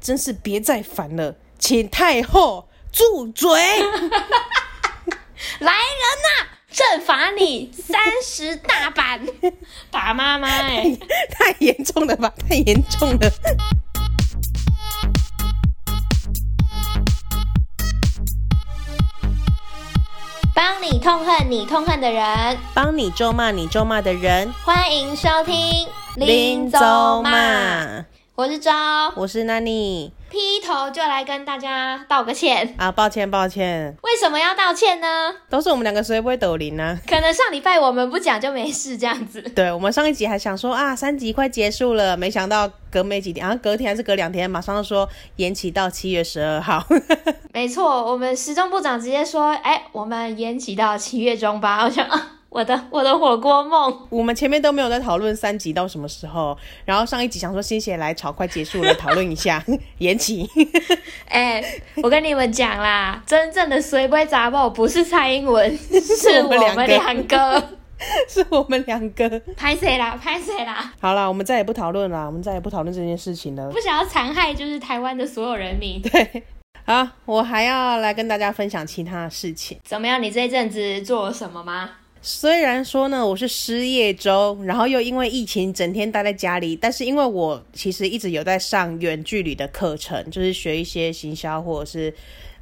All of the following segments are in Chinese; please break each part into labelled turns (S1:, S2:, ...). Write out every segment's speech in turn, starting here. S1: 真是别再烦了，请太后住 嘴！
S2: 来人呐、朕罚你三十大 板，把妈妈哎，
S1: 太严重了吧，太严重了。
S2: 帮你痛恨你痛恨的人。
S1: 帮你咒骂你咒骂的人，
S2: 欢迎收听
S1: 林州骂，
S2: 我是周，
S1: 我是 Nani
S2: 劈头就来跟大家道个歉。
S1: 啊，抱歉抱歉，
S2: 为什么要道歉呢？
S1: 都是我们两个谁不会抖音呢、
S2: 可能上礼拜我们不讲就没事这样子。
S1: 对我们上一集还想说啊，三集快结束了，没想到隔没几天，好、像啊隔天还是隔两天，马上就说延期到七月十二号。
S2: 没错，我们时钟部长直接说，哎、我们延期到七月中吧。我想啊，我的我的火锅梦，
S1: 我们前面都没有在讨论三集到什么时候，然后上一集想说心血来潮快结束了，讨论一下 延期。
S2: 哎、我跟你们讲啦， 真正的水杯杂报不是蔡英 文，是
S1: 我们
S2: 我们
S1: 两
S2: 两个。
S1: 是我们两个。
S2: 拍谁啦？拍谁啦？
S1: 好啦，我们再也不讨论啦，我们再也不讨论这件事情了
S2: 不。想要残害就是台湾的所有人民。
S1: 对，好，我还要来跟大家分享其他的事情。
S2: 怎么样？你这一阵子做了什么吗？
S1: 虽然说呢，我是失业周，然后又因为疫情整天待在家里，但是因为我其实一直有在上远距离的课程，就是学一些行销或者是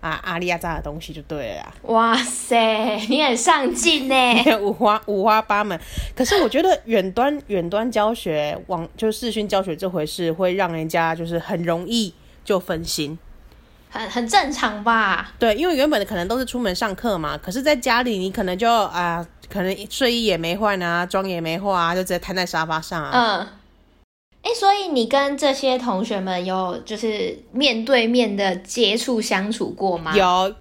S1: 啊阿里亚扎的东西就对了啦。
S2: 哇塞，你很上进呢！
S1: 五花五花八门。可是我觉得远端远端教学网就是视讯教学这回事，会让人家就是很容易就分心。
S2: 很很正常吧？
S1: 对，因为原本可能都是出门上课嘛，可是在家里你可能就啊、可能睡衣也没换啊，妆也没化啊，就直接瘫在沙发上啊。
S2: 嗯。哎、所以你跟这些同学们有就是面对面的接触相处过吗？，
S1: 有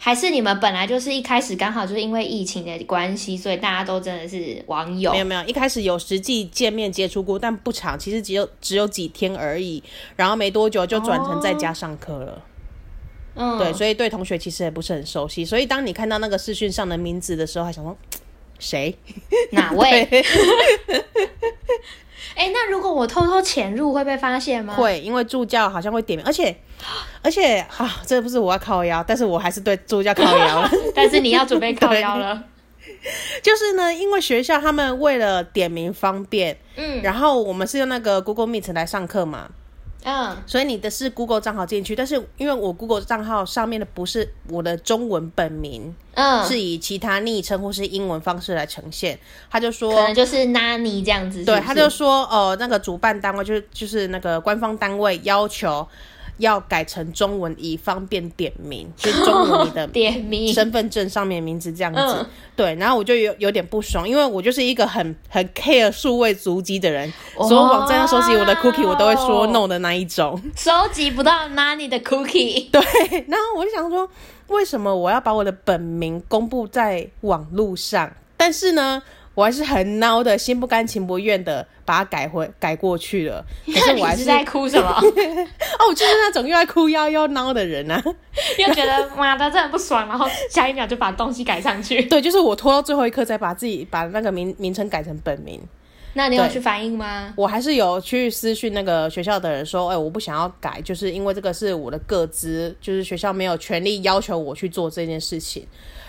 S2: 还是你们本来就是一开始刚好就是因为疫情的关系，所以大家都真的是网友
S1: 没有没有，一开始有实际见面接触过，但不长，其实只有只有几天而已。然后没多久就转成在家上课了。
S2: 嗯，
S1: 对，所以对同学其实也不是很熟悉。所以当你看到那个视讯上的名字的时候，还想说嘖谁？
S2: 哪位？哎、那如果我偷偷潜入会被发现吗？
S1: 会，因为助教好像会点名，而且而且啊，这不是我要靠腰，但是我还是对助教靠腰了。
S2: 但是你要准备靠腰了。
S1: 就是呢，因为学校他们为了点名方便，
S2: 嗯
S1: 然后我们是用那个 Google Meet 来上课嘛，
S2: 嗯，
S1: 所以你的是 Google 账号进去，但是因为我 Google 账号上面的不是我的中文本名，
S2: 嗯，
S1: 是以其他昵称或是英文方式来呈现，他就说
S2: 可。能就是 Nani 这样子是不是
S1: 对，他就说，呃，那个主办单位就是就是那个官方单位要求要改成中文，以方便点名，就是中文你的
S2: 点名，
S1: 身份证上面名字这样子。
S2: 嗯
S1: 对，然后我就有有点不爽，因为我就是一个很很 care 数位足迹的人，
S2: 哇
S1: 所有网站要收集我的 cookie，我都会说 no 的那一种。
S2: 收集不到 Nani 的 cookie，
S1: 对，然后我就想说，为什么我要把我的本名公布在网络上？但是呢，我还是很孬的，心不甘情不愿的把它改回改过去 了。 可是我
S2: 你
S1: 还
S2: 是
S1: 是
S2: 在哭什么？
S1: 哦，我就是那种又爱哭又又孬的人啊。
S2: 又觉得妈的真的不爽，然后下一秒就把东西改上 去。
S1: 对，就是我拖到最后一刻才把自己把那个名名称改成本名。
S2: 那你有
S1: 对
S2: 去反应吗？
S1: 我还是有去私讯那个学校的人说，哎、我不想要改，就是因为这个是我的个资，就是学校没有权利要求我去做这件事情。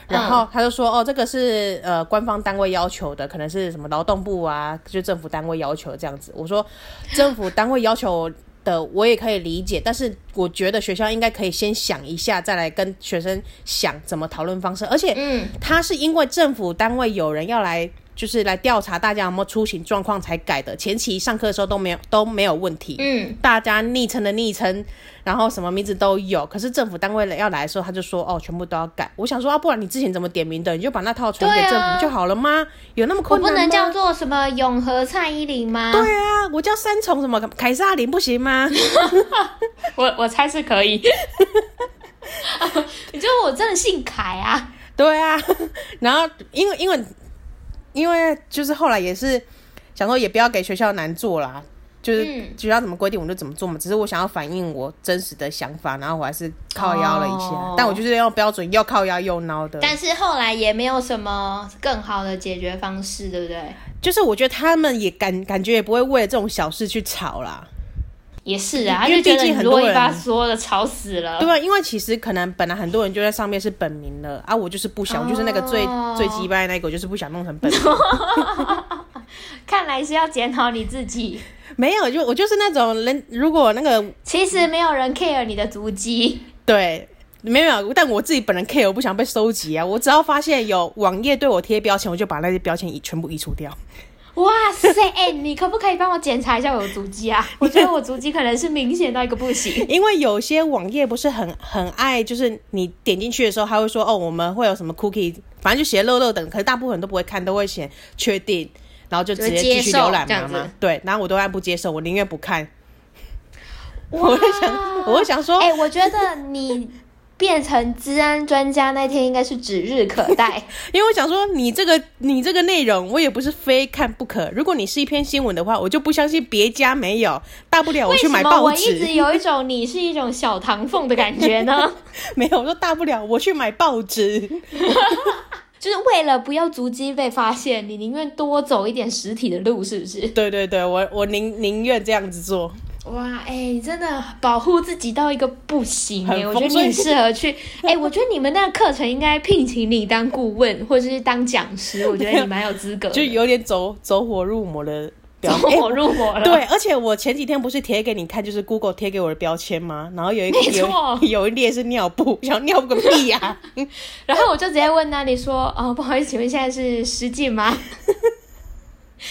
S1: 然后他就说，哦，这个是呃官方单位要求的，可能是什么劳动部啊，就政府单位要求这样子。我说，政府单位要求的我也可以理解，但是我觉得学校应该可以先想一下，再来跟学生想怎么讨论方式，而且
S2: 嗯，
S1: 他是因为政府单位有人要来，就是来调查大家有没有出行状况才改的。前期上课的时候都没有都没有问题，
S2: 嗯，
S1: 大家昵称的昵称，然后什么名字都有。可是政府单位要来的时候，他就说哦，全部都要改。我想说啊，不然你之前怎么点名的，你就把那套传给
S2: 对啊
S1: 政府就好了吗？有那么
S2: 我
S1: 困
S2: 不
S1: 难吗？
S2: 能叫做什么永和蔡依林吗？
S1: 啊对啊，我叫三重什么凯撒林不行吗？
S2: 我我猜是 可以。 你觉得我真的姓凯啊？
S1: 对啊， 然后因为因为因为就是后来也是想说也不要给学校难做啦，就是
S2: 嗯
S1: 学校怎么规定我们就怎么做嘛。只是我想要反映我真实的想法，然后我还是靠腰了一下，
S2: 哦
S1: 但我就是用标准又靠腰又孬的。
S2: 但是后来也没有什么更好的解决方式，对不对？
S1: 就是我觉得他们也感感觉也不会为了这种小事去吵啦。
S2: 也是啊，
S1: 因为
S2: 就觉
S1: 毕
S2: 得
S1: 竟
S2: 你
S1: 很
S2: 啰
S1: 多
S2: 里
S1: 人
S2: 吧嗦的，吵死了。
S1: 对啊，因为其实可能本来很多人就在上面是本名了啊，我就是不想，我就是那个最
S2: 哦
S1: 最鸡掰的那个，我就是不想弄成本名。
S2: 看来是要检讨你自己。
S1: 没有，就我就是那种人，如果那个
S2: 其实没有人 care 你的足迹，
S1: 对。没有，但我自己本人 care，我不想被收集啊！我只要发现有网页对我贴标签，我就把那些标签移全部移除掉。
S2: 哇塞！哎、你可不可以帮我检查一下我的足迹 啊？我觉得我足迹可能是明显到一个不行。
S1: 因为有些网页不是很很爱，就是你点进去的时候，他会说哦，我们会有什么 cookie，反正就写漏漏等，可是大部分都不会看，都会写确定，然后就直接继续浏览
S2: 就接受
S1: 嘛
S2: 这样
S1: 嘛
S2: 子。
S1: 对，然后我都按不接受，我宁愿不看。
S2: 我
S1: 会想， 我会想说，
S2: 哎、我觉得你变成治安专家那天应该是指日可待。
S1: 因为我想说你这个你这个内容，我也不是非看不可。如果你是一篇新闻的话，我就不相信别家没有，大不了 我
S2: 为
S1: 去
S2: 什
S1: 买
S2: 么
S1: 报
S2: 我一直
S1: 纸。
S2: 有一种你是一种小唐凤的感觉呢？
S1: 没有，我说大不了我去买报纸。
S2: 就是为了不要足迹被发现，你宁愿多走一点实体的路，是不是？
S1: 对对对，我我宁宁愿这样子做。
S2: 哇，哎、你真的保护自己到一个不行哎、
S1: 很
S2: 我觉得
S1: 风水
S2: 你很适合 去。哎、我觉得你们那个课程应该聘请你当顾问或者是当讲师，我觉得你蛮有资格的，
S1: 就有点走走火入魔的表
S2: 走
S1: 诶
S2: 火入魔了。
S1: 对，而且我前几天不是贴给你看，就是 Google 贴给我的标签吗？然后有一
S2: 没错
S1: 有有一列是尿布，想尿布个屁呀、
S2: 然后我就直接问那里说，哦，不好意思，请问现在是失禁吗？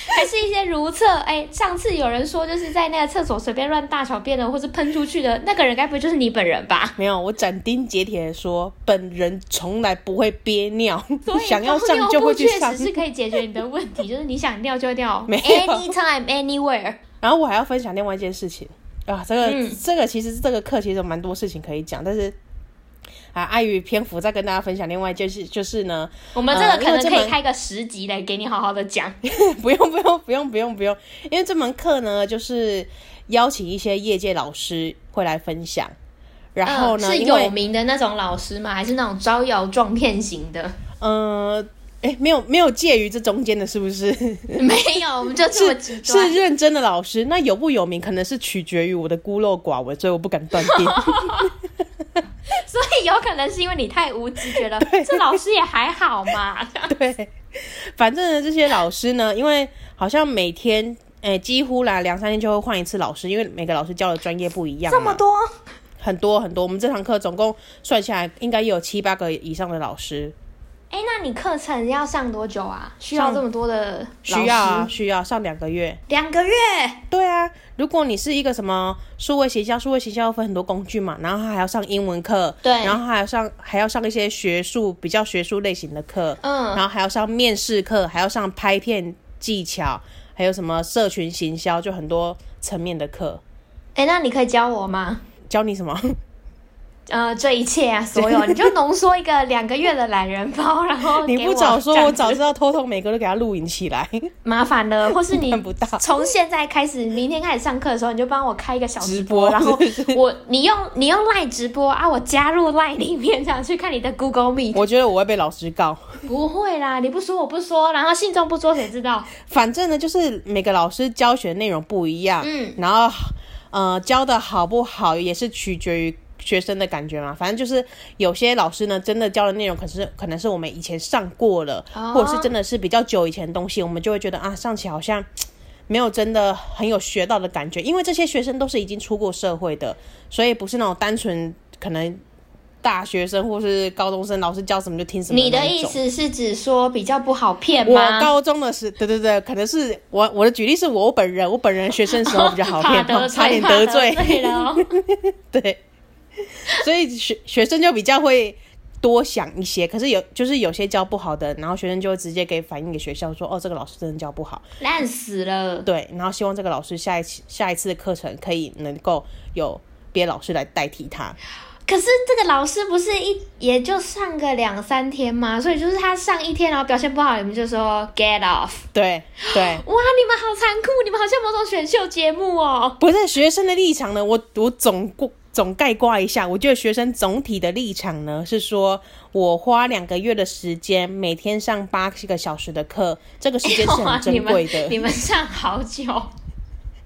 S2: 还是一些如厕？哎，上次有人说就是在那个厕所随便乱大小便的，或是喷出去的那个人，该不会就是你本人吧？
S1: 没有，我斩钉截铁的说，本人从来不会憋尿
S2: 所以，
S1: 想要
S2: 尿
S1: 上
S2: 布
S1: 就会去
S2: 确
S1: 上
S2: 实。是可以解决你的问题， 就是你想尿就尿
S1: 没有
S2: ，anytime anywhere。
S1: 然后我还要分享另外一件事情啊，这个、
S2: 嗯
S1: 这个其实这个课其实有蛮多事情可以讲，但是啊，碍于篇幅，再跟大家分享另外一件事，就是呢，
S2: 我们这个
S1: 呃
S2: 可
S1: 因为
S2: 能
S1: 这
S2: 可以
S1: 门
S2: 开个十集来给你好好的讲。
S1: 不用 不用不用不用不用，因为这门课呢，就是邀请一些业界老师会来分享。然后呢，
S2: 嗯是
S1: 因为
S2: 有名的那种老师吗？还是那种招摇撞骗型的？
S1: 呃，哎，没有没有介于这中间的，是不是？
S2: 没有，我们就这么极端。
S1: 是认真的老师，那有不有名，可能是取决于我的孤陋寡闻，所以我不敢断 定。
S2: 所以有可能是因为你太无知，觉得这老师也还好 嘛。
S1: 对，反正呢，这些老师呢，因为好像每天，哎，几乎啦两三天就会换一次老师，因为每个老师教的专业不一样嘛。
S2: 这么多，
S1: 很多很多，我们这堂课总共算下来应该也有七八个以上的老师，
S2: 哎，那你课程要上多久啊？需要
S1: 上
S2: 这么多的老
S1: 需要啊需要上两个月。
S2: 两个月。
S1: 对啊，如果你是一个什么数位学校，数位学校分很多工具嘛，然后他还要上英文课，
S2: 对
S1: 然后还要上还要上一些学术比较学术类型的课，
S2: 嗯
S1: 然后还要上面试课，还要上拍片技巧，还有什么社群行销，就很多层面的课，
S2: 哎，那你可以教我吗？
S1: 教你什么？
S2: 呃，这一切啊，所有你就浓缩一个两个月的懒人包，然 后
S1: 你
S2: 给
S1: 不早说
S2: 这，样
S1: 我
S2: 子
S1: 早知道偷偷每个都给他录影起来，
S2: 麻烦 了，或是你
S1: 看不到。
S2: 从现在开始，明天开始上课的时候，你就帮我开一个小
S1: 直
S2: 播，
S1: 播
S2: 然后
S1: 是不
S2: 我你用你用赖直播啊，我加入赖里面，这样去看你的 Google Meet。
S1: 我觉得我会被老师告。
S2: 不会啦，你不说我不说，然后信中不说谁知道？
S1: 反正呢，就是每个老师教学内容不一样，
S2: 嗯，
S1: 然后呃教的好不好也是取决于学生的感觉嘛。反正就是有些老师呢，真的教的内容可是可能是我们以前上过了，
S2: 哦
S1: 或者是真的是比较久以前的东西，我们就会觉得啊，上起来好像。嘖没有真的很有学到的感觉，因为这些学生都是已经出过社会的，所以不是那种单纯可能大学生或是高中生，老师教什么就听什么。
S2: 你的意思是指说比较不好骗
S1: 我
S2: 吗？
S1: 高中的时，对对对，可能是我我的举例是我本人，我本人学生时候比较好骗，
S2: 得罪，
S1: 差点
S2: 怕
S1: 得
S2: 得
S1: 罪，
S2: 了哦。
S1: 对，所以学学生就比较会多想一些。可是有就是有些教不好的，然后学生就会直接给反映给学校说，哦，这个老师真的教不好，
S2: 烂死了。
S1: 对，然后希望这个老师下一期下一次的课程可以能够有别的老师来代替他。
S2: 可是这个老师不是一也就上个两三天吗？所以就是他上一天，然后表现不好，你们就说 get off。
S1: 对对，
S2: 哇，你们好残酷，你们好像某种选秀节目哦。
S1: 不是学生的立场呢，我我总过总概括一下，我觉得学生总体的立场呢是说，我花两个月的时间，每天上八个小时的课，这个时间是
S2: 哎哇
S1: 很珍贵
S2: 你们
S1: 的。
S2: 你们上好久，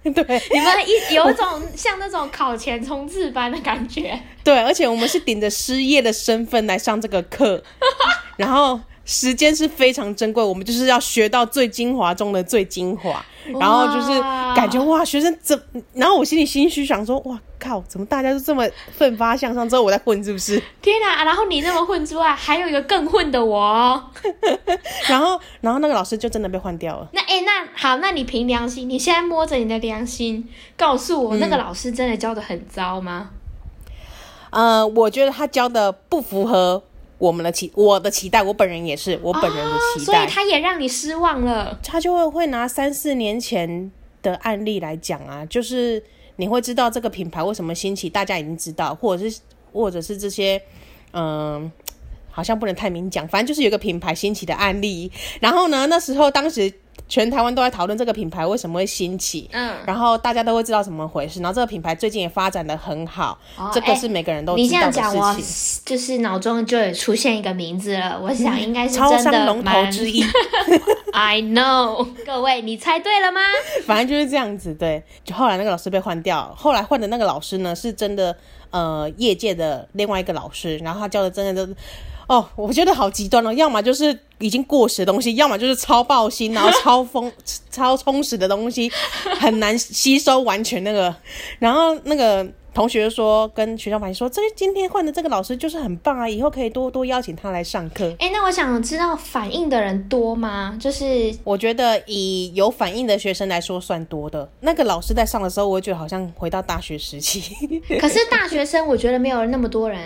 S1: 对
S2: 你们一 有一种像那种考前冲刺班的感觉，
S1: 对，而且我们是顶着失业的身份来上这个课， 然后时间是非常珍贵，我们就是要学到最精华中的最精华，然后就是
S2: 哇
S1: 感觉哇，学生怎，然后我心里心虚想说，哇靠，怎么大家都这么奋发向上？之后我在混是不是？
S2: 天哪、啊然后你那么混之外，还有一个更混的我哦。
S1: 然后然后那个老师就真的被换掉了。
S2: 那哎、那好，那你凭良心，你现在摸着你的良心，告诉
S1: 嗯
S2: 我、那个老师真的教的很糟吗？
S1: 呃，我觉得他教的不符合我们的期，我的期待，我本人也是，我本人的期
S2: 所以
S1: 待。
S2: 他也让你失望了。
S1: 他就会会拿三四年前的案例来讲啊，就是你会知道这个品牌为什么兴起，大家已经知道，或者是或者是这些，嗯、好像不能太明讲，反正就是有一个品牌兴起的案例。然后呢，那时候当时全台湾都在讨论这个品牌为什么会兴起。
S2: 嗯，
S1: 然后大家都会知道怎么回事，然后这个品牌最近也发展的很好，
S2: 哦
S1: 这个
S2: 哎
S1: 是每个人都
S2: 你
S1: 知道
S2: 这样
S1: 的事
S2: 讲，
S1: 情。
S2: 我就是脑中就有出现一个名字了。我想应该
S1: 嗯
S2: 是
S1: 超
S2: 真
S1: 商
S2: 的
S1: 龙
S2: 蛮
S1: 头之一，
S2: I know，各位，你猜对了吗？
S1: 反正就是这样子。对，就后来那个老师被换掉，后来换的那个老师呢，是真的呃业界的另外一个老师，然后他教的真的都。哦，我觉得好极端哦，要么就是已经过时的东西，要么就是超爆心，然后超丰、 超充实的东西，很难吸收完全那个。然后那个同学就说，跟学校反映说，这今天换的这个老师就是很棒啊，以后可以多多邀请他来上课。
S2: 哎、那我想知道反应的人多吗？ 就是
S1: 我觉得以有反应的学生来说算多的。那个老师在上的时候，我觉得好像回到大学时期，
S2: 可是大学生，我觉得没有那么多人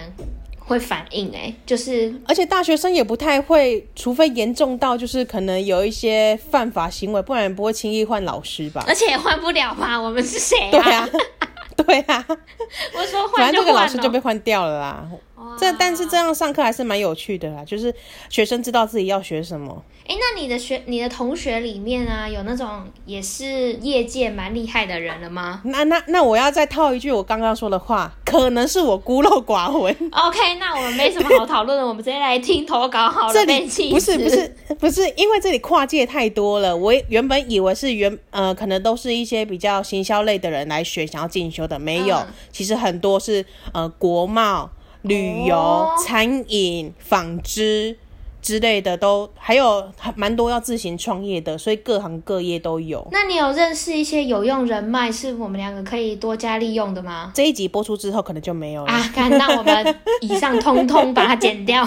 S2: 会反应、欸，就是
S1: 而且大学生也不太会，除非严重到就是可能有一些犯法行为，不然不会轻易换老师吧
S2: 而？且也换不了嘛，我们是谁、啊？
S1: 对啊， 对啊，
S2: 我说
S1: 反
S2: 换
S1: 正
S2: 就
S1: 这个老
S2: 换
S1: 师
S2: 了。
S1: 就被换掉了啦。
S2: 哇
S1: 这但是这样上课还是蛮有趣的啦，就是学生知道自己要学什么。
S2: 哎、那你的学你的同学里面啊，有那种也是业界蛮厉害的人了吗
S1: 那那那我要再套一句我刚刚说的话，可能是我孤陋寡闻。
S2: ？OK，那我们没什么好讨论的，我们直接来听投稿好了。
S1: 这
S2: 被
S1: 里
S2: 气
S1: 不是
S2: 死
S1: 不是不是，因为这里跨界太多了。我原本以为是原呃，可能都是一些比较行销类的人来学，想要进修的，没有。
S2: 嗯
S1: 其实很多是呃国贸、旅游、
S2: 哦
S1: 餐饮、纺织之类的都，还有还蛮多要自行创业的，所以各行各业都有。
S2: 那你有认识一些有用人脉，是我们两个可以多加利用的吗？
S1: 这一集播出之后，可能就没有了。
S2: 啊，看，那我们以上通通把它剪 掉，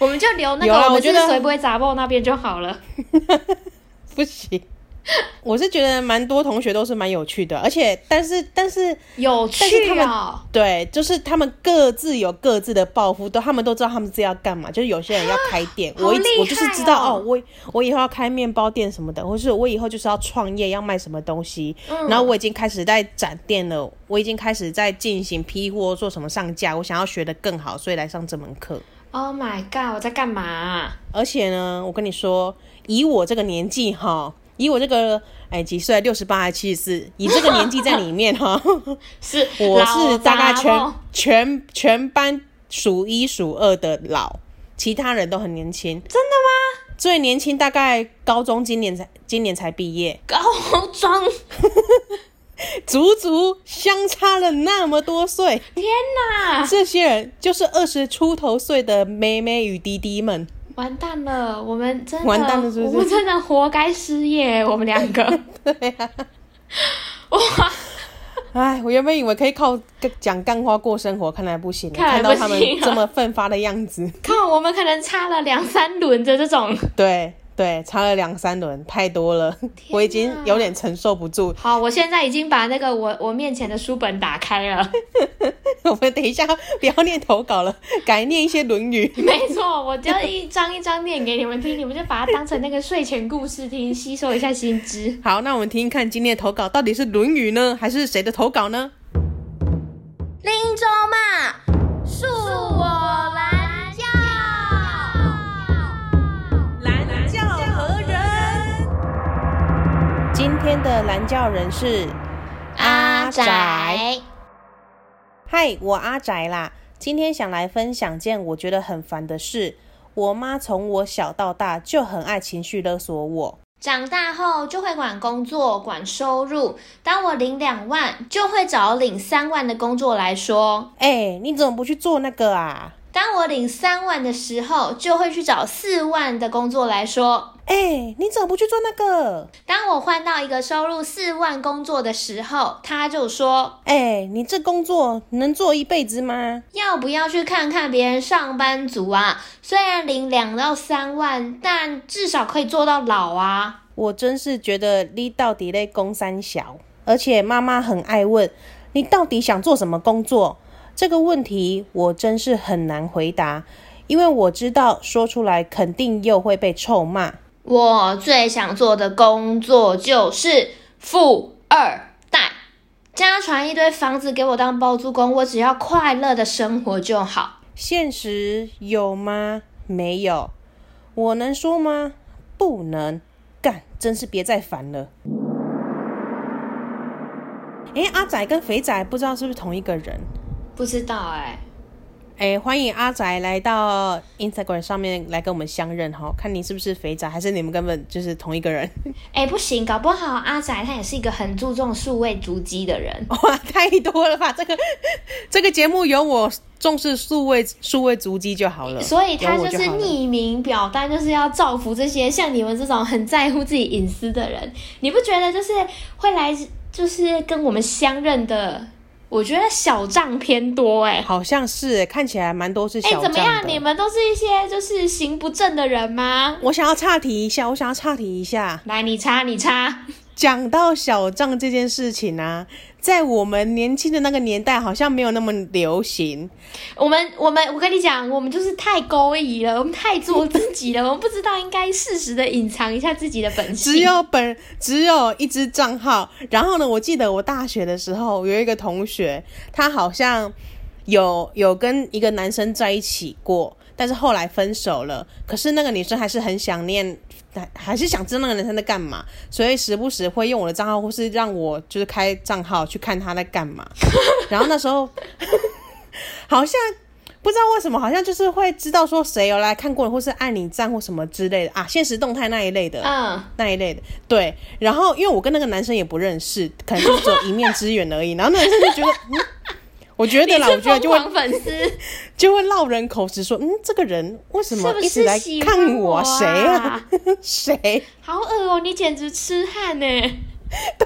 S2: 我们就留那
S1: 有
S2: 个、
S1: 啊
S2: 我
S1: 我
S2: 们
S1: 觉
S2: 是
S1: 得
S2: 谁不会砸爆那边就好了。
S1: 不行，我是觉得蛮多同学都是蛮有趣的，而且但是但是
S2: 有
S1: 但是他
S2: 趣
S1: 们
S2: 哦，
S1: 对，就是他们各自有各自的抱负，都他们都知道他们自己要干嘛。就是有些人要开店，
S2: 好
S1: 我一直
S2: 厉
S1: 我就是
S2: 害
S1: 知道
S2: 哦
S1: 哦，我我以后要开面包店什么的，或是我以后就是要创业，要卖什么东西。
S2: 嗯
S1: 然后我已经开始在展店了，我已经开始在进行批货，做什么上架。我想要学的更好，所以来上这门课。
S2: Oh my god！我在干嘛啊、
S1: 而且呢，我跟你说，以我这个年纪哈，以我这个哎几岁，六十八还七十四，以这个年纪在里面哈。
S2: 是
S1: 我是
S2: 老
S1: 大概
S2: 杂
S1: 全
S2: 货
S1: 全全班数一数二的老，其他人都很年轻。真的吗？最年轻大概高中今年才今年才毕业，
S2: 高中，
S1: 足足相差了那么多 岁。
S2: 天哪！
S1: 这些人就是二十出头岁的妹妹与弟弟们。
S2: 完蛋了，我们真的
S1: 完蛋了是不是
S2: 我们真的活该失业，我们两 个。
S1: 对啊，
S2: 哇，
S1: 哎，我原本以为可以靠讲干话过生活，看来不行了。
S2: 看来
S1: 看
S2: 不
S1: 到他们
S2: 行啊
S1: 这么奋发的样子，
S2: 靠，我们可能差了两三轮的这种。
S1: 对对，差了两三轮，太多了，我已经有点承受不住。
S2: 好，我现在已经把那个我我面前的书本打开 了。
S1: 我们等一下不要念投稿了，改念一些《论语》。
S2: 没错，我就一张一张念给你们听，你们就把它当成那个睡前故事听，吸收一下新知。
S1: 好，那我们听听看今天的投稿到底是《论语》呢，还是谁的投稿呢？
S3: 林州嘛，恕我蓝教。
S1: 蓝教何人？今天的蓝教人是。嗨，我阿宅啦，今天想来分享件我觉得很烦的事。我妈从我小到大就很爱情绪勒索我，
S2: 长大后就会管工作、管收入。当我领两万，就会找领三万的工作来说；
S1: 哎、你怎么不去做那个啊？
S2: 当我领三万的时候，就会去找四万的工作来说。
S1: 哎、你怎么不去做那个？
S2: 当我换到一个收入四万工作的时候，他就说
S1: 哎、你这工作能做一辈子吗？
S2: 要不要去看看别人上班族啊？虽然领两到三万，但至少可以做到老啊。
S1: 我真是觉得你到底在攻三小，而且妈妈很爱问你到底想做什么工作这个问题，我真是很难回答，因为我知道说出来肯定又会被臭骂。
S2: 我最想做的工作就是富二代，家传一堆房子给我当包租公，我只要快乐的生活就好。
S1: 现实有吗？没有，我能说吗？不能，干，真是别再烦了。哎、阿仔跟肥仔不知道是不是同一个人？
S2: 不知道哎、
S1: 哎、欢迎阿仔来到 Instagram 上面来跟我们相认哈，看你是不是肥仔，还是你们根本就是同一个人？
S2: 哎、不行，搞不好阿仔他也是一个很注重数位足迹的人。
S1: 哇，太多了吧！这个这个节目有我重视数位数位足迹就好了，
S2: 所以他
S1: 有我
S2: 就是
S1: 好了
S2: 匿名表单，就是要造福这些像你们这种很在乎自己隐私的人。你不觉得就是会来，就是跟我们相认的？我觉得小账偏多哎、
S1: 好像是看起来蛮多是
S2: 哎、
S1: 小
S2: 怎么
S1: 账
S2: 样？
S1: 的
S2: 你们都是一些就是行不正的人吗？
S1: 我想要岔题一下，我想要岔题一下，
S2: 来，你插，你插。
S1: 讲到小账这件事情啊，在我们年轻的那个年代好像没有那么流行。
S2: 我们，我们，我跟你讲，我们就是太勾引了，我们太做自己了，我们不知道应该适时的隐藏一下自己的本性。
S1: 只有本只有一只账号。然后呢，我记得我大学的时候有一个同学，他好像有有跟一个男生在一起过，但是后来分手了。可是那个女生还是很想念，还还是想知道那个男生在干嘛，所以时不时会用我的账号，或是让我就是开账号去看他在干嘛。 然后那时候 好像。不知道为什么，好像就是会知道说谁有来看过，或是按你赞或什么之类的啊，现实动态那一类的。
S2: 嗯，
S1: 那一类的。对，然后因为我跟那个男生也不认识，可能就只有一面之缘而已。然后那个男生就觉得，嗯，我觉
S2: 你
S1: 得啦，我
S2: 是
S1: 觉得
S2: 疯
S1: 就会
S2: 狂粉丝。
S1: 就会落人口实说，嗯，这个人为什么
S2: 是不
S1: 一直
S2: 是
S1: 来
S2: 喜欢
S1: 看
S2: 我
S1: 我？
S2: 啊
S1: 谁啊？ 谁？
S2: 好恶哦，你简直痴汉呢！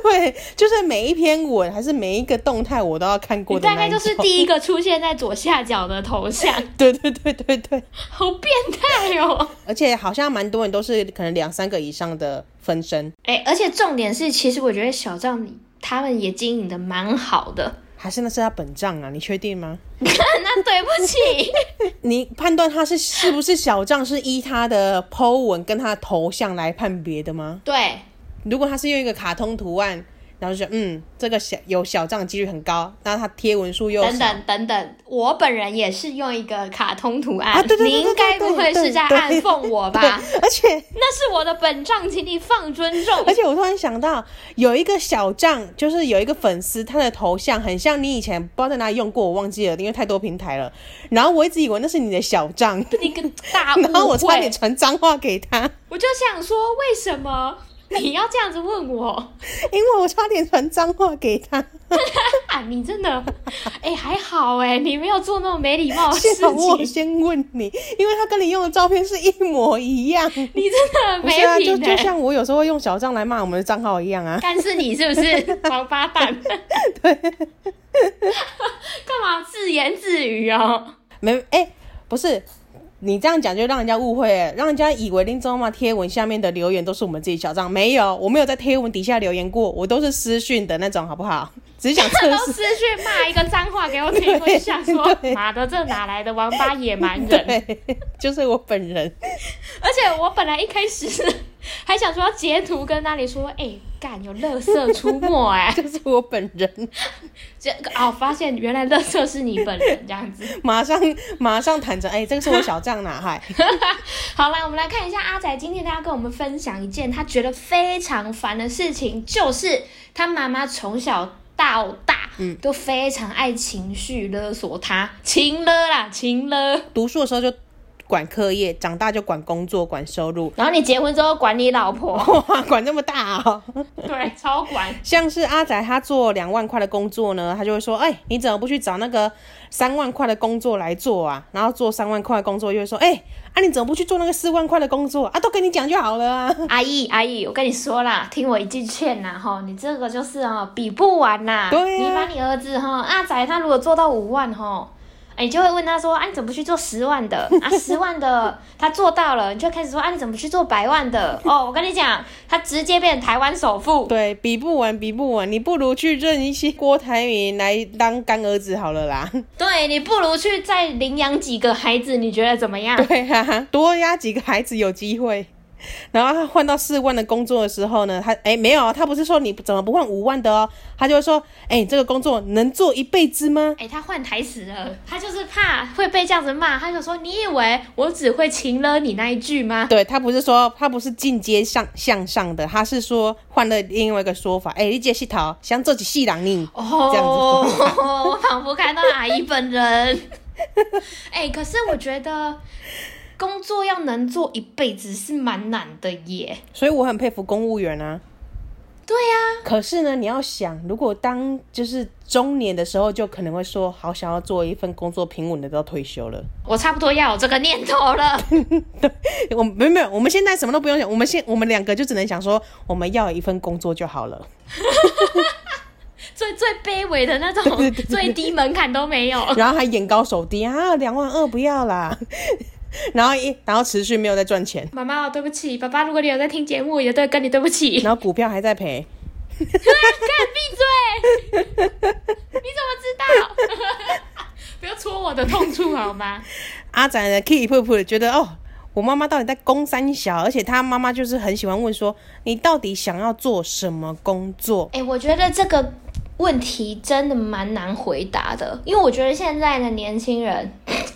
S1: 对，就是每一篇文还是每一个动态我都要看过
S2: 你
S1: 的
S2: 大
S1: 那
S2: 概
S1: 一
S2: 就是
S1: 种。
S2: 第一个出现在左下角的头 像，
S1: 对对对对对，
S2: 好变态哦！
S1: 而且好像蛮多人都是可能两三个以上的分身，
S2: 哎、而且重点是，其实我觉得小账他们也经营的蛮好 的。
S1: 还是那是他本账啊？你确定吗？
S2: 那啊对不起，
S1: 你判断他是是不是小账，是依他的 Po 文跟他的头像来判别的吗？
S2: 对，
S1: 如果他是用一个卡通图案，然后就觉得嗯，这个小有小账的几率很高，那他贴文数又少
S2: 等等 等等，我本人也是用一个卡通图案，
S1: 啊对对对
S2: 你应该不会是在
S1: 对对
S2: 暗讽我
S1: 对
S2: 吧？
S1: 而且
S2: 那是我的本账，请你放尊重
S1: 而。且我突然想到，有一个小账，就是有一个粉丝，他的头像很像你以前不知道在哪里用过，我忘记了，因为太多平台了。然后我一直以为那是你的小账，
S2: 你个 大误
S1: 然后我差点
S2: 会，
S1: 传脏话给他，
S2: 我就想说，为什么你要这样子问我？
S1: 因为我差点传脏话给他，
S2: 啊，你真的， 哎、还好哎、你没有做那种没 礼貌的事
S1: 幸好我有
S2: 情，
S1: 先问你，因为他跟你用的照片是一模一样。
S2: 你真的
S1: 不是啊，
S2: 没
S1: 就
S2: 品
S1: 就
S2: 哎、
S1: 像我有时候会用小账来骂我们的账号一样啊。
S2: 但是你是不是 王八蛋？对， 干嘛自言自语哦？
S1: 没，哎、不是，你这样讲就让人家误会了，让人家以为林中嘛贴文下面的留言都是我们自己小账，没有，我没有在贴文底下留言过，我都是私讯的那种，好不好？只是想测
S2: 都
S1: 试。
S2: 私讯骂一个脏话给我听，我就想说，
S1: 对
S2: 妈的，这哪来的王八野蛮人？
S1: 对，就是我本人。
S2: 而且我本来一开始是还想说要截图跟那里说，哎、干有垃圾出 没哎、
S1: 就是我本人，
S2: 这个哦，发现原来垃圾是你本人这样子。
S1: 马上马上坦诚，哎、这个是我小账哪、嗨，
S2: 好啦，我们来看一下阿仔今天他要跟我们分享一件他觉得非常烦的事情，就是他妈妈从小到大，嗯，都非常爱情绪勒索他，情勒啦，情勒。
S1: 读书的时候就管课业，长大就管工作、管收入，
S2: 然后你结婚之后管你老婆，
S1: 哇， 管这么大哦！
S2: 对，超管。
S1: 像是阿仔他做两万块的工作呢，他就会说：“哎、你怎么不去找那个三万块的工作来做啊？”然后做三万块的工作又会说：“哎、啊，你怎么不去做那个四万块的工作啊？都跟你讲就好了啊。
S2: 阿姨，阿姨，我跟你说啦，听我一句劝呐，吼，你这个就是哦，比不完呐。
S1: 对啊
S2: 你把你儿子哈阿仔，他如果做到五万吼，哎，你就会问他说，啊，你怎么不去做十万 的？啊，十万的他做到了，你就开始说，啊，你怎么不去做百万 的？哦，我跟你讲，他直接变成台湾首富。
S1: 对比不完，比不完，你不如去认一些郭台铭来当干儿子好了啦。
S2: 对你不如去再领养几个孩子，你觉得怎么样？
S1: 对啊，多压几个孩子有机会。然后他换到四万的工作的时候呢，他哎没有啊，他不是说你怎么不换五万的哦，他就会说，哎，这个工作能做一辈子吗？
S2: 哎、他换台词了，他就是怕会被这样子骂，他就说：“你以为我只会情了你那一句吗
S1: 对他不是说他不是进阶上向上的，他是说换了另外一个说法，哎，你这是头想做起细郎你？”，这样
S2: 哦
S1: 子，说
S2: 我仿佛看到阿姨本人。 哎、可是我觉得工作要能做一辈子是蛮难的耶。
S1: 所以我很佩服公务员啊。
S2: 对啊呀、
S1: 可是呢，你要想，如果当就是中年的时候，就可能会说，好想要做一份工作平稳的到退休了。
S2: 我差不多要有这个念头 了。
S1: 我们没有没有，我们现在什么都不用想，我们现我们两个就只能想说，我们要有一份工作就好了。
S2: 最最卑微的那种，最低门槛都 没有。
S1: 然后还眼高手低啊，两万二不要啦。 然后一然后持续没有在赚钱，
S2: 妈妈，我对不起，爸爸，如果你有在听节目，也对，跟你对不 起。
S1: 然后股票还在赔。
S2: 干，闭嘴！你怎么知道？不要戳我的 痛处好吗？
S1: 阿仔呢，keep 噗噗的觉得哦，我妈妈到底在攻三小，而且他妈妈就是很喜欢问说，你到底想要做什么工作？
S2: 哎、我觉得这个问题真的蛮难回答的，因为我觉得现在的年轻人，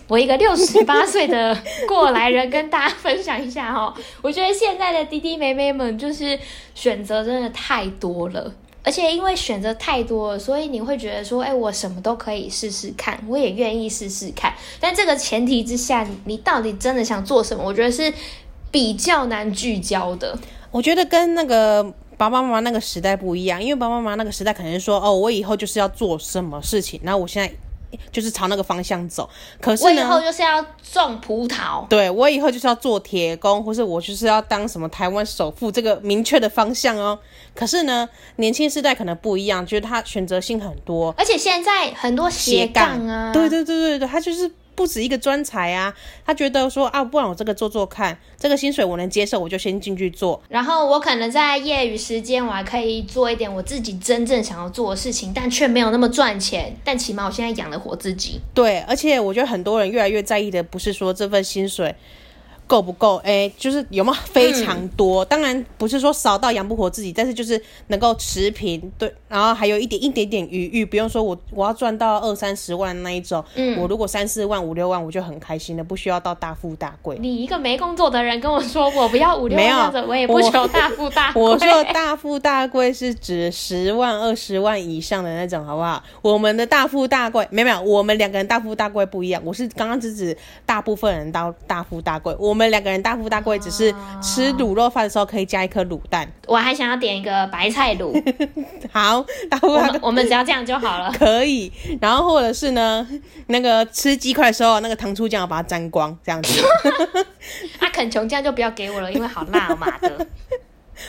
S2: 我一个六十八岁的过来人跟大家分享一下哦，我觉得现在的弟弟妹妹们就是选择真的太多了。而且因为选择太多了，所以你会觉得说，哎、我什么都可以试试看，我也愿意试试看。但这个前提之下，你你到底真的想做什么？我觉得是比较难聚焦的。
S1: 我觉得跟那个爸爸妈妈那个时代不一样，因为爸爸妈妈那个时代可能是说，哦，我以后就是要做什么事情，然后我现在就是朝那个方向走。可
S2: 我
S1: 是
S2: 以后
S1: 呢，
S2: 就是要种葡萄，
S1: 对我以后就是要做铁工，或是我就是要当什么台湾首富这个明确的方向哦。可是呢，年轻世代可能不一样，就是他选择性很多，
S2: 而且现在很多斜杠啊，
S1: 对对对对对，他就是不止一个专才啊，他觉得说啊，不然我这个做做看，这个薪水我能接受，我就先进去做。
S2: 然后我可能在业余时间，我还可以做一点我自己真正想要做的事情，但却没有那么赚钱，但起码我现在养得活自己。
S1: 对，而且我觉得很多人越来越在意的不是说这份薪水够不够，哎，就是有没有非常多。
S2: 嗯
S1: 当然不是说少到养不活自己，但是就是能够持平，对，然后还有一点一点点余裕，不用说我我要赚到二三十万那一种，
S2: 嗯
S1: 我如果三四万五六万我就很开心了，不需要到大富大贵。
S2: 你一个没工作的人跟我说我不要五六
S1: 没
S2: 万
S1: 有
S2: 这样子，我也不
S1: 我
S2: 求大富大 贵。
S1: 我说的大富大贵是指十万、二十万以上的那种，好不好？我们的大富大贵没有没有，我们两个人大富大贵不一样。我是刚刚是指大部分人大大富大贵，我们两个人大富大贵只是
S2: 啊
S1: 吃卤肉饭的时候可以加一颗卤蛋。
S2: 我还想要点一个白菜卤，
S1: 好，大富
S2: 我
S1: 大
S2: 们
S1: 贵。
S2: 我们只要这样就好了。
S1: 可以，然后或者是呢，那个吃鸡块的时候，那个糖醋酱要把它沾光，这样子。
S2: 啊，啃穷酱就不要给我了，因为好辣哦妈的。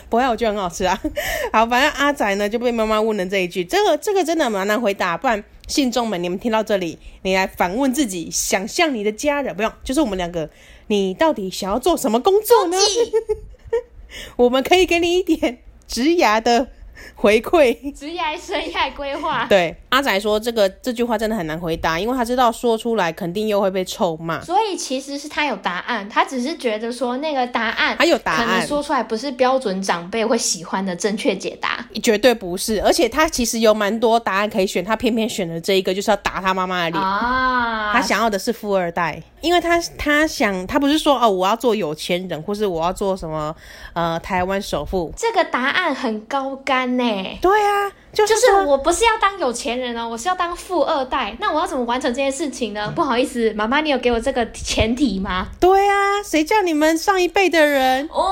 S1: 不会，我觉得很好吃啊。 好，反正阿仔呢就被妈妈问了这一句，这个这个真的蛮难回答。不然，信众们，你们听到这里，你来反问自己，想象你的家人，不用，就是我们两个，你到底想要做什么工作呢？ 我们可以给你一点职涯的回 馈。
S2: 职业生涯规划，
S1: 对，阿仔说这个这句话真的很难回答，因为他知道说出来肯定又会被臭骂。
S2: 所以其实是他有答案，他只是觉得说那个答案
S1: 他有答
S2: 可能
S1: 案，
S2: 说出来不是标准长辈会喜欢的正确解答。
S1: 绝对不是，而且他其实有蛮多答案可以选，他偏偏选了这一个，就是要打他妈妈的脸。
S2: 啊，
S1: 他想要的是富二代，因为他他想他不是说哦我要做有钱人，或是我要做什么呃台湾首富，
S2: 这个答案很高干单呢、
S1: 对啊，就是
S2: 就是
S1: 说
S2: 我不是要当有钱人哦，我是要当富二代。那我要怎么完成这件事情呢？不好意思，妈妈，你有给我这个前提吗？
S1: 对啊，谁叫你们上一辈的人，
S2: 哇，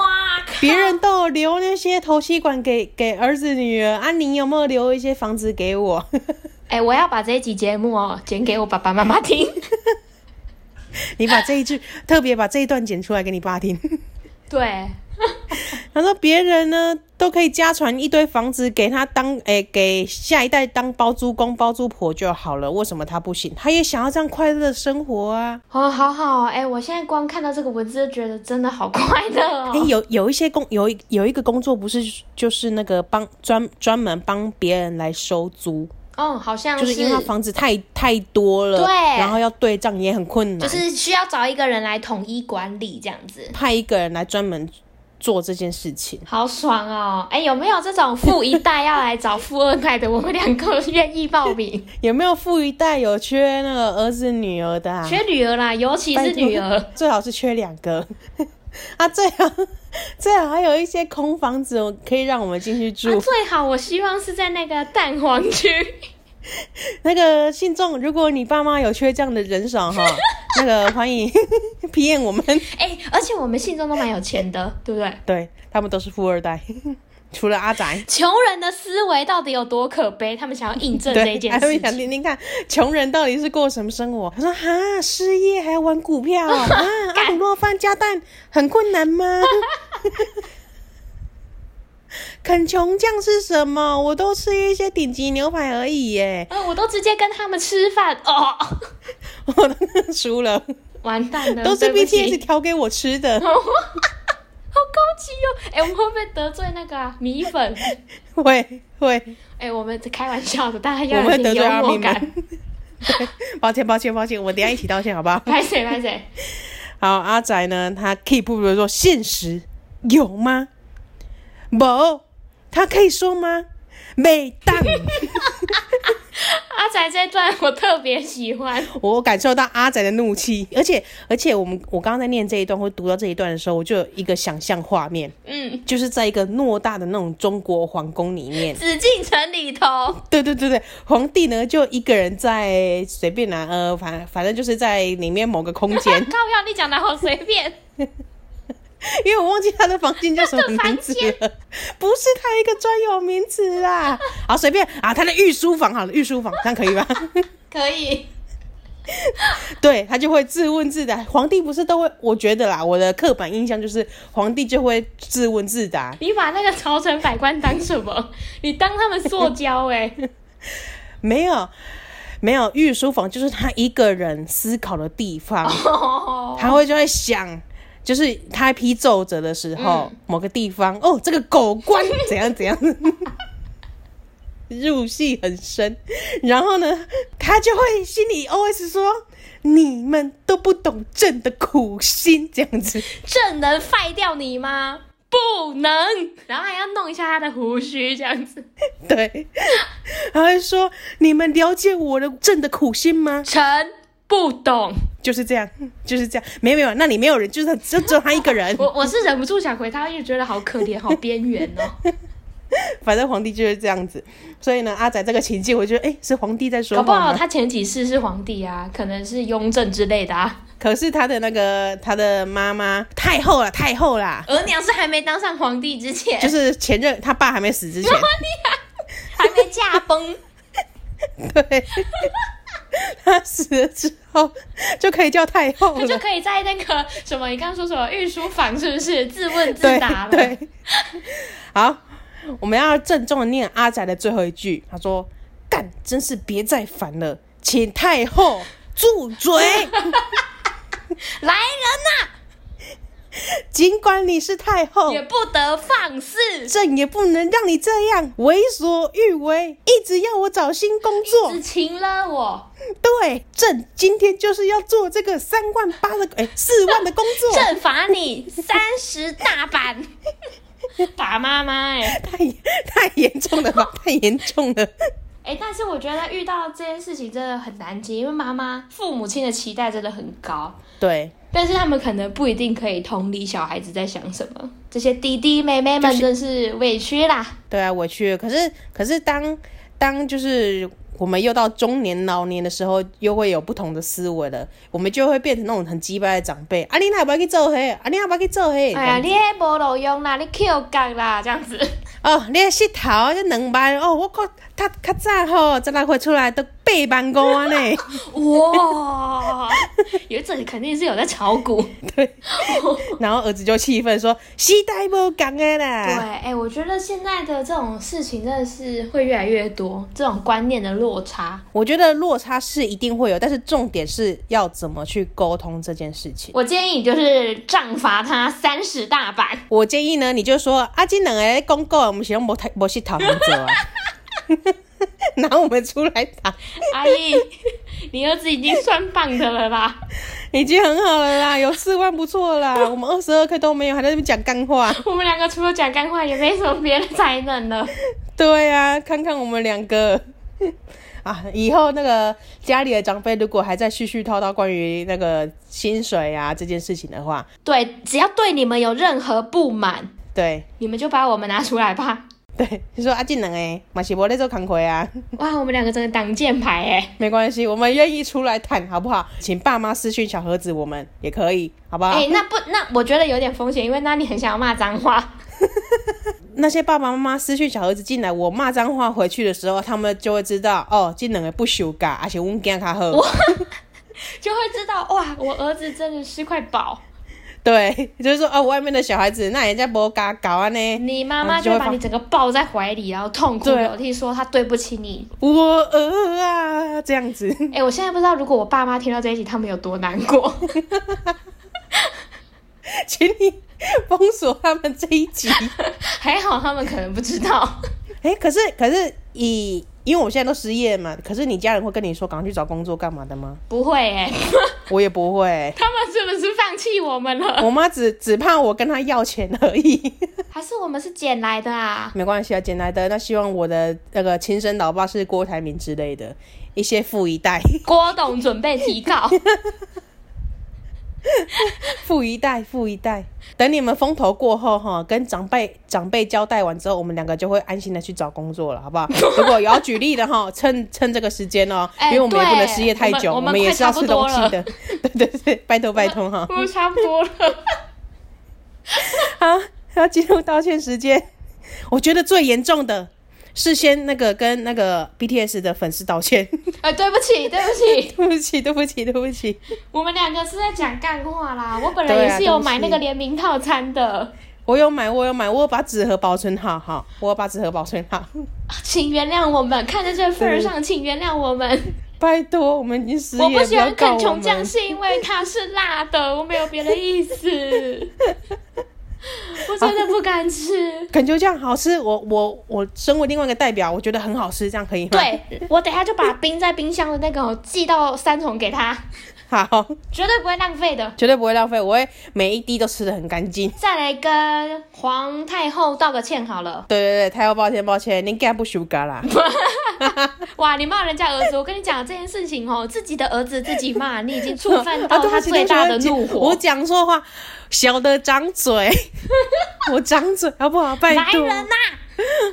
S1: 别人都有留那些头吸管给给儿子女儿啊，你有没有留一些房子给我？
S2: 哎、我要把这一集节目哦剪给我爸爸妈妈听。
S1: 你把这一句特别把这一段剪出来给你爸听。
S2: 对，
S1: 他说别人呢都可以家传一堆房子给他当，诶、给下一代当包租公包租婆就好了，为什么他不行？他也想要这样快乐的生活啊！
S2: 哦，好好哦，哎、我现在光看到这个文字就觉得真的好快乐哦。
S1: 诶、有有一些工有一有一个工作不是就是那个帮专专门帮别人来收租，
S2: 哦，好像
S1: 就是是因为他房子太太多了，
S2: 对
S1: 然后要对账也很困难，
S2: 就是需要找一个人来统一管理这样子，
S1: 派一个人来专门做这件事情。
S2: 好爽哦！哎，有没有这种富一代要来找富二代的？我们两个愿意报 名，
S1: 有没有富一代有缺那个儿子女儿的、啊？
S2: 缺女儿啦，尤其是女儿。，
S1: 最好是缺两个。 啊，最好最好还有一些空房子，我可以让我们进去住。
S2: 啊、最好我希望是在那个蛋黄区，
S1: 那个信众，如果你爸妈有缺这样的人手哈，那个欢迎 批验我们。
S2: 哎，而且我们信众都蛮有钱的，对不对？
S1: 对他们都是富二代， 除了阿宅。
S2: 穷人的思维到底有多可悲？他们想要印 证这
S1: 对
S2: 一，件
S1: 他
S2: 事
S1: 们想
S2: 情。
S1: 听听看穷人到底是过什么生活。他说：“哈，失业还要玩股 票啊，阿姆洛饭加蛋很困难吗？”啃穷酱是什么？我都吃一些顶级牛排而已耶，
S2: 啊、我都直接跟他们吃饭哦，
S1: 我都输了，
S2: 完蛋了，
S1: 都是
S2: 对不起
S1: BTS 调给我吃的，
S2: 好高级哦！哎、我们会不会得罪那个、啊、米 粉？
S1: 会会，
S2: 哎、我们开玩笑的，大家
S1: 我
S2: 要
S1: 们会得
S2: 有一点
S1: 罪阿
S2: 幽默
S1: 明
S2: 感
S1: 们。。 对抱歉抱歉抱歉，我等一下一起道歉好不好？
S2: 拍谁拍谁？
S1: 好，阿宅呢，他 keep 住地说现实有吗？没，他可以说吗？没 当，
S2: 阿仔这一段我特别喜欢，
S1: 我感受到阿宅的怒气，而且而且我们我刚刚在念这一段或读到这一段的时候，我就有一个想象画面，
S2: 嗯，
S1: 就是在一个偌大的那种中国皇宫里面，
S2: 紫禁城里头，
S1: 对对对对，皇帝呢就一个人在随便拿、呃，反反正就是在里面某个空 间，
S2: 靠要你讲的好随便，
S1: 因为我忘记他的房间叫什么名字
S2: 他的
S1: 了，不是他一个专有名词啦。好，随便啊，他的御书房好了，御书房这样可以吧？
S2: 可以。
S1: 对他就会自问自答。皇帝不是都会，我觉得啦，我的刻板印象就是皇帝就会自问自答，
S2: 你把那个朝臣百官当什么？你当他们塑胶 哎、
S1: 没有。没有御书房就是他一个人思考的地方，
S2: 哦，
S1: 他会就会想，就是他批奏折的时候，
S2: 嗯
S1: 某个地方哦，这个狗官怎样怎样， 入戏很深。然后呢，他就会心里 OS 说：“你们都不懂朕的苦心。”这样子，
S2: 朕能废掉你吗？不能，然后还要弄一下他的胡须，这样子。
S1: 对，他会说：“你们了解我的朕的苦心吗
S2: 臣不懂，？”
S1: 就是这样，就是这样，没有没有，那里没有人，就是他就只有他一个人。
S2: 我我是忍不住想回他，又觉得好可怜，好边缘 哦。
S1: 反正皇帝就是这样子，所以呢，阿仔这个情境，我觉得哎、诶是皇帝在说
S2: 搞
S1: 话
S2: 不好
S1: 吗
S2: 他前几世是皇帝啊，可能是雍正之类的啊。
S1: 可是他的那个他的妈妈太后了，太后 啦，
S2: 额娘是还没当上皇帝之前，啊
S1: 就是前任他爸还没死之 前，
S2: 还没驾崩。
S1: 对， 他死了之后就可以叫太后
S2: 他就
S1: 了。
S2: 可以在那个什么，你刚刚说什么御书房是不是自问自
S1: 对
S2: 答了？
S1: 对，好，我们要郑重的念阿宅的最后一句，他说：“干，真是别再烦了，请太后住 嘴。
S2: 来人
S1: 尽管你是太后
S2: 呐、，也不得放肆，
S1: 朕也不能让你这样为所欲为，一直要我找新工作。”
S2: 只擒了我，
S1: 对，朕今天就是要做这个三万八的，哎、四万的工 作。
S2: 朕罚你三十大板。 打妈妈哎、
S1: 太太严重了吧？太严重了！
S2: 哎，但是我觉得遇到这件事情真的很难解，因为妈妈、父母亲的期待真的很高，
S1: 对，
S2: 但是他们可能不一定可以同理小孩子在想什么。这些弟弟妹妹们真是委屈啦。
S1: 对啊，委屈了。可是，可是当当就是我们又到中年老年的时候，又会有不同的思维了。我们就会变成那种很鸡掰的长辈。啊，你哪不要去做黑？啊，你哪不要去做黑？
S2: 哎呀，你迄无路用啦，你 Q 角啦，这样子。
S1: 哦，你的膝头这两万哦，我靠，他较早吼，十六岁出来都八万五啊 呢。
S2: 哇，有这肯定是有在炒股。
S1: 然后儿子就气愤说：“时代无共的
S2: 对，
S1: 啦。
S2: 哎、我觉得现在的这种事情真的是会越来越多，这种观念的落差。”
S1: 我觉得落差是一定会有，但是重点是要怎么去沟通这件事情。
S2: 我建议你就是杖罚他三十大板。
S1: 我建议呢，你就说啊，这两个人公告，我们是用无太无去讨论做啊， 拿我们出来打，
S2: 阿姨，你儿子已经算棒的了啦。
S1: 已经很好了啦，有四万不错啦，我们二十二 K 都没有，还在那边讲干话。
S2: 我们两个除了讲干话，也没什么别的才能了。
S1: 对啊，看看我们两个。 啊，以后那个家里的长辈如果还在絮絮叨叨关于那个薪水啊这件事情的话，
S2: 对，只要对你们有任何不满，
S1: 对
S2: 你们就把我们拿出来吧。
S1: 对，就说啊，这两个马西伯在做扛亏啊，
S2: 哇，我们两个真的挡箭牌哎！
S1: 没关系，我们愿意出来谈，好不好？请爸妈私讯小盒子，我们也可以，好不好？
S2: 哎、那不那我觉得有点风险，因为那你很想要骂脏话。
S1: 那些爸爸妈妈私讯小儿子进来，我骂脏话回去的时候，他们就会知道哦，这两个不休假，而且我们跟他喝，
S2: 就会知道哇，我儿子真的是块宝。
S1: 对，就是说哦，外面的小孩子那人家不嘎搞啊呢，
S2: 你妈妈就会把你整个抱在怀里，然后痛哭
S1: 对
S2: 流涕说她对不起你。
S1: 我呃啊这样子，
S2: 哎、我现在不知道如果我爸妈听到这一集，他们有多难过。
S1: 请你封锁他们这一集。
S2: 还好他们可能不知 道。
S1: 哎、可是可是以因为我现在都失业嘛，可是你家人会跟你说赶快去找工作干嘛的吗？
S2: 不会哎、
S1: 我也不会，
S2: 他们是不是放弃我们了？
S1: 我妈只只怕我跟她要钱而已。
S2: 还是我们是捡来的啊？
S1: 没关系啊，简来的。那希望我的那个亲生老爸是郭台铭之类的，一些富一代、
S2: 郭董准备提告，
S1: 富一代、富一代。等你们风头过后哈，跟长辈长辈交代完之后，我们两个就会安心的去找工作了，好 不好？如果有要举例的哈，趁趁这个时间哦、
S2: 哎
S1: 因为我们也不能
S2: 对
S1: 失业太久，
S2: 我们我们
S1: 也
S2: 快
S1: 是要
S2: 差
S1: 吃
S2: 不
S1: 东
S2: 多
S1: 西的。 对对对，拜托拜托哈。
S2: 我差不多了。
S1: 好，啊要进入道歉时间。我觉得最严重的是先那个跟那个 BTS 的粉丝道歉，
S2: 呃，对不起，对不起，
S1: 对不起，对不起，对不起。
S2: 我们两个是在讲干话啦。我本人
S1: 对啊
S2: 也是有买
S1: 对不
S2: 那
S1: 起
S2: 个联名套餐的，
S1: 我有买，我有买，我有把纸盒保存好，哈，我有把纸盒保存好。
S2: 请原谅我们，看在这份儿上，请原谅我们。
S1: 拜托，我们已经失业，
S2: 我不喜
S1: 要
S2: 欢
S1: 搞
S2: 啃
S1: 我
S2: 琼酱，
S1: 们。
S2: 是因为它是辣的，我没有别的意思。 我真的不敢吃。
S1: 啃就这样好吃，我我我身为另外一个代表，我觉得很好吃，这样可以吗？，
S2: 对，我等一下就把冰在冰箱的那个哦寄到三重给他，
S1: 好，
S2: 绝对不会浪费 的。
S1: 绝对不会浪费，我会每一滴都吃的很干净。
S2: 再来跟皇太后道个歉好了。
S1: 对对对，太后抱歉抱歉，您干不休假啦？
S2: 哇，你骂人家儿子，我跟你讲这件事情哦，自己的儿子自己骂，你已经触 犯
S1: 啊
S2: 到
S1: 对
S2: 他
S1: 不起
S2: 最大的
S1: 对不
S2: 怒
S1: 起我
S2: 火。
S1: 讲错话，小的长 嘴，我长嘴好不好？拜
S2: 来
S1: 托
S2: 人，呐、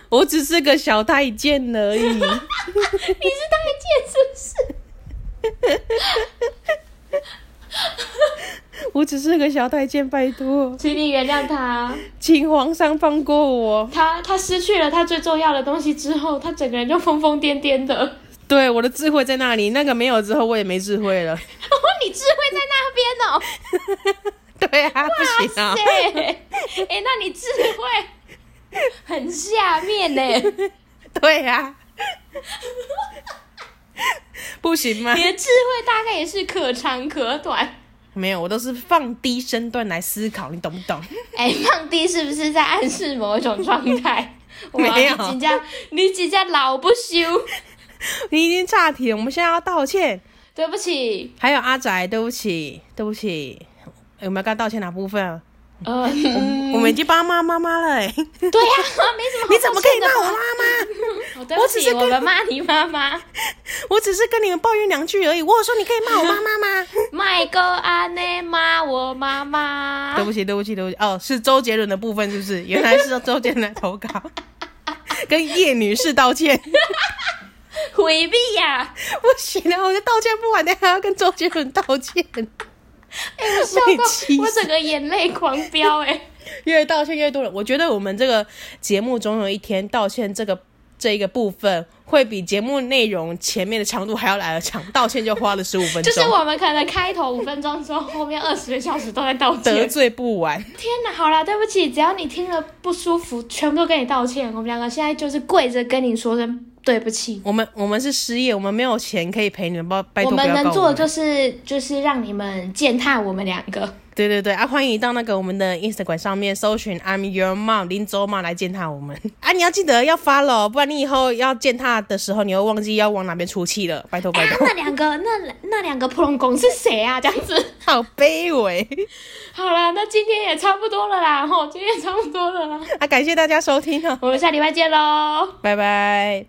S1: 我只是个小太监而已。
S2: 你是太监是不是？
S1: 我只是个小太监，拜托，
S2: 请你原谅他。
S1: 请皇上放过我。
S2: 他他失去了他最重要的东西之后，他整个人就疯疯癫癫的。哦，
S1: 对，我的智慧在那里，那个没有之后，我也没智慧 了。
S2: 你智慧在那
S1: 对
S2: 边哦，
S1: 啊，不行
S2: 哇
S1: 啊
S2: 塞！，哎、那你智慧很下面呢，
S1: 对啊，不行吗
S2: 你？的智慧大概也是可长可短。
S1: 没有，我都是放低身段来思考，你懂不懂？
S2: 哎、放低是不是在暗示某一种状 态？哇
S1: 没有
S2: 你真正你真正老不休。
S1: 你已经岔题了，我们现在要道歉。
S2: 对不起，
S1: 还有阿宅，对不起，对不起，有没有跟他道歉哪部分啊？
S2: 呃，嗯
S1: 我们已经帮妈妈妈了哎、
S2: 对啊呀、没什么好
S1: 你怎么可以
S2: 抱
S1: 骂我妈妈？
S2: 歉的吧？哦对不
S1: 我只
S2: 起，
S1: 是
S2: 我
S1: 跟
S2: 们骂你妈妈。
S1: 我只是跟你们抱怨两句而已。我有说你可以骂我妈妈吗？
S2: 麦哥安内骂我妈妈
S1: 对。不起，对不起，对不起。哦，是周杰伦的部分是不是？原来是周杰伦来 投稿，跟叶女士道歉。
S2: 回避呀、
S1: 不行了，我就道歉不完，等一下还要跟周杰伦道歉。
S2: 哎、我笑
S1: 被气
S2: 到我
S1: 死
S2: 整个眼泪狂 飙、哎，
S1: 越道歉越多人，我觉得我们这个节目总有一天道歉这个这一个部分会比节目内容前面的长度还要来得长，道歉就花了十五分钟，
S2: 就是我们可能开头五分钟之后，后面二十个小时都在道
S1: 得
S2: 歉。
S1: 罪不完。
S2: 天哪，好啦，对不起，只要你听了不舒服，全部都跟你道歉。我们两个现在就是跪着跟你说声对不起。
S1: 我们我们是失业，我们没有钱可以陪你们，拜拜
S2: 我
S1: 托不要
S2: 们
S1: 告
S2: 能做的
S1: 们
S2: 就是就是让你们践踏我们两 个。
S1: 对对对啊！欢迎到那个我们的 Instagram 上面搜寻 I'm Your Mom 林周妈来践踏我们啊！你要记得要 follow，不然你以后要践踏的时候，你会忘记要往哪边出气了，拜托
S2: 哎、
S1: 拜
S2: 啊
S1: 托，
S2: 那两个那那两个普龙公是谁啊？这样子。
S1: 好卑微
S2: 好啦，那今天也差不多了啦，吼，今天也差不多了啦，
S1: 啊！感谢大家收听哦，
S2: 我们下礼拜见喽。
S1: 拜拜。